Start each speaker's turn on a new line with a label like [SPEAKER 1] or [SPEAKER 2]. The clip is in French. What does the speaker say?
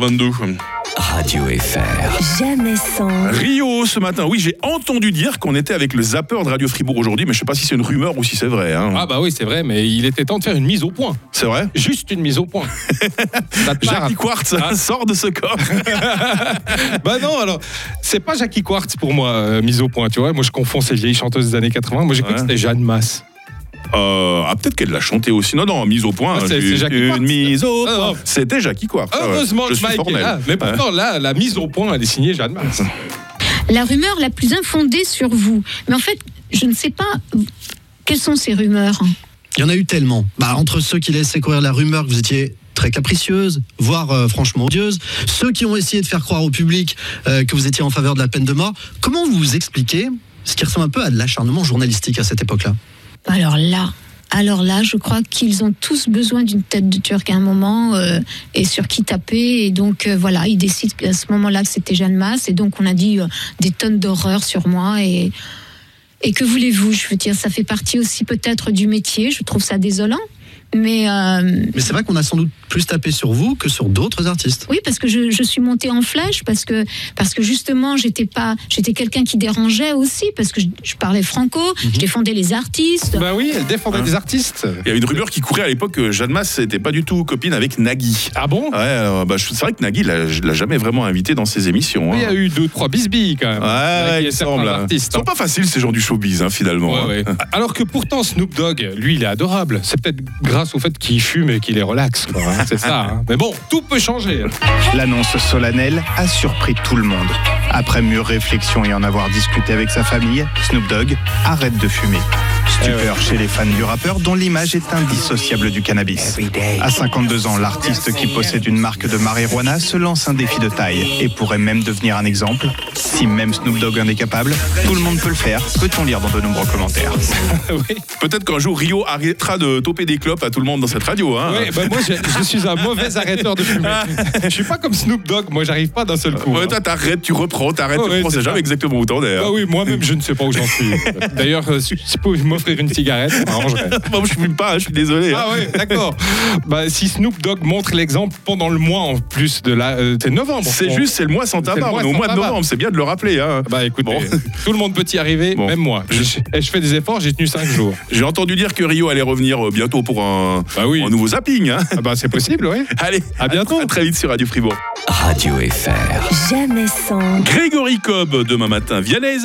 [SPEAKER 1] 22.
[SPEAKER 2] Radio FR.
[SPEAKER 3] Jamais sans,
[SPEAKER 1] Rio ce matin. Oui, j'ai entendu dire qu'on était avec le zapper de Radio Fribourg aujourd'hui, mais je sais pas si c'est une rumeur ou si c'est vrai. hein.
[SPEAKER 4] Ah bah oui, c'est vrai, mais il était temps de faire une mise au point.
[SPEAKER 1] C'est vrai
[SPEAKER 4] Juste une mise au point. Ça te parle
[SPEAKER 1] Jackie Quartz
[SPEAKER 4] Ah.
[SPEAKER 1] sort de ce corps.
[SPEAKER 4] Bah non, alors, c'est pas Jackie Quartz pour moi, euh, mise au point, tu vois. Moi, je confonds ces vieilles chanteuses des années 80. Moi, j'ai cru
[SPEAKER 1] Ouais.
[SPEAKER 4] que c'était Jeanne Masse.
[SPEAKER 1] Euh, ah, peut-être qu'elle l'a chanté aussi. Non, non, mise au point.
[SPEAKER 4] Ah, c'est-
[SPEAKER 1] Une-
[SPEAKER 4] c'est Jackie
[SPEAKER 1] une
[SPEAKER 4] Quartz.
[SPEAKER 1] mise au
[SPEAKER 4] Ah,
[SPEAKER 1] point.
[SPEAKER 4] non.
[SPEAKER 1] C'était Jackie Quartz. Ah ouais,
[SPEAKER 4] Heureusement
[SPEAKER 1] je
[SPEAKER 4] que
[SPEAKER 1] suis
[SPEAKER 4] Mike est
[SPEAKER 1] formel.
[SPEAKER 4] là. Mais pourtant, là, la mise au point, elle est signée Jeanne Masse.
[SPEAKER 5] la rumeur la plus infondée sur vous. Mais en fait, je ne sais pas quelles sont ces rumeurs.
[SPEAKER 6] Il y en a eu tellement. Bah, entre ceux qui laissaient courir la rumeur que vous étiez très capricieuse, voire euh, franchement odieuse, ceux qui ont essayé de faire croire au public euh, que vous étiez en faveur de la peine de mort, comment vous vous expliquez ce qui ressemble un peu à de l'acharnement journalistique à cette époque-là
[SPEAKER 5] Alors là, alors là, je crois qu'ils ont tous besoin d'une tête de Turc à un moment euh, et sur qui taper. Et donc euh, voilà, ils décident à ce moment-là que c'était Jeanne Masse. Et donc on a dit euh, des tonnes d'horreurs sur moi et et que voulez-vous Je veux dire, ça fait partie aussi peut-être du métier. Je trouve ça désolant, mais euh,
[SPEAKER 6] Mais c'est vrai qu'on a sans doute plus tapé sur vous que sur d'autres artistes.
[SPEAKER 5] Oui, parce que je, je suis montée en flèche, parce que, parce que justement, j'étais pas, j'étais quelqu'un qui dérangeait aussi, parce que je, je parlais franco, je défendais les artistes.
[SPEAKER 4] bah oui, elle défendait des artistes.
[SPEAKER 1] Il y avait une rumeur qui courait à l'époque que Jeanne Masse n'était pas du tout copine avec Nagui.
[SPEAKER 4] Ah bon
[SPEAKER 1] Ouais, alors, bah, je- c'est vrai que Nagui l'a- je l'a jamais vraiment invité dans ses émissions.
[SPEAKER 4] Il y a
[SPEAKER 1] hein.
[SPEAKER 4] eu deux, trois bisbilles quand même.
[SPEAKER 1] Ouais,
[SPEAKER 4] Avec
[SPEAKER 1] il me
[SPEAKER 4] certains
[SPEAKER 1] semble.
[SPEAKER 4] artistes,
[SPEAKER 1] Ils sont
[SPEAKER 4] hein.
[SPEAKER 1] pas faciles ces gens du showbiz hein, finalement. hein.
[SPEAKER 4] Ouais, ouais. Alors que pourtant Snoop Dogg, lui, il est adorable. C'est peut-être grâce au fait qu'il fume et qu'il est relax. quoi, hein. C'est ça. hein. Mais bon, tout peut changer.
[SPEAKER 7] L'annonce solennelle a surpris tout le monde. Après mûre réflexion et en avoir discuté avec sa famille, Snoop Dogg arrête de fumer. Stupeur chez les fans du rappeur dont l'image est indissociable du cannabis. À 52 ans, l'artiste qui possède une marque de marijuana se lance un défi de taille et pourrait même devenir un exemple. Si même Snoop Dogg en est capable, tout le monde peut le faire, peut-on lire dans de nombreux commentaires.
[SPEAKER 4] oui.
[SPEAKER 1] Peut-être qu'un jour Rio arrêtera de toper des clopes à tout le monde dans cette radio. Hein.
[SPEAKER 4] Ouais, bah moi, je, je suis un mauvais arrêteur de fumer. Je suis pas comme Snoop Dogg. Moi, j'arrive pas d'un seul coup.
[SPEAKER 1] Ouais,
[SPEAKER 4] hein.
[SPEAKER 1] toi, t'arrêtes, tu reprends, t'arrêtes,
[SPEAKER 4] Ouais,
[SPEAKER 1] tu
[SPEAKER 4] ouais,
[SPEAKER 1] reprends.
[SPEAKER 4] c'est
[SPEAKER 1] C'est
[SPEAKER 4] ça.
[SPEAKER 1] jamais exactement où t'en es. hein.
[SPEAKER 4] Bah oui, moi-même, je ne sais pas où j'en suis. D'ailleurs, euh, si si vous pouvez m'offrir une cigarette, ça m'arrangerait.
[SPEAKER 1] Moi, je fume pas, hein, je suis désolé.
[SPEAKER 4] Ah ouais, d'accord. Bah, si Snoop Dogg montre l'exemple pendant le mois en plus de la. euh, c'est novembre.
[SPEAKER 1] C'est
[SPEAKER 4] On-
[SPEAKER 1] juste, c'est le mois sans tabac.
[SPEAKER 4] le mois
[SPEAKER 1] on est au
[SPEAKER 4] sans
[SPEAKER 1] mois de
[SPEAKER 4] tabac.
[SPEAKER 1] novembre, c'est bien de le rappeler. hein.
[SPEAKER 4] Bah écoute,
[SPEAKER 1] Bon.
[SPEAKER 4] tout le monde peut y arriver,
[SPEAKER 1] Bon.
[SPEAKER 4] même moi. Je, et je fais des efforts, j'ai tenu 5 jours.
[SPEAKER 1] J'ai entendu dire que Rio allait revenir euh, bientôt pour un,
[SPEAKER 4] Bah oui.
[SPEAKER 1] un nouveau zapping. hein.
[SPEAKER 4] Ah bah c'est possible, oui.
[SPEAKER 1] Allez,
[SPEAKER 4] À bientôt.
[SPEAKER 1] à très vite sur Radio Fribourg.
[SPEAKER 2] Radio FR.
[SPEAKER 3] jamais sans.
[SPEAKER 1] Grégory Cobb demain matin. Vianney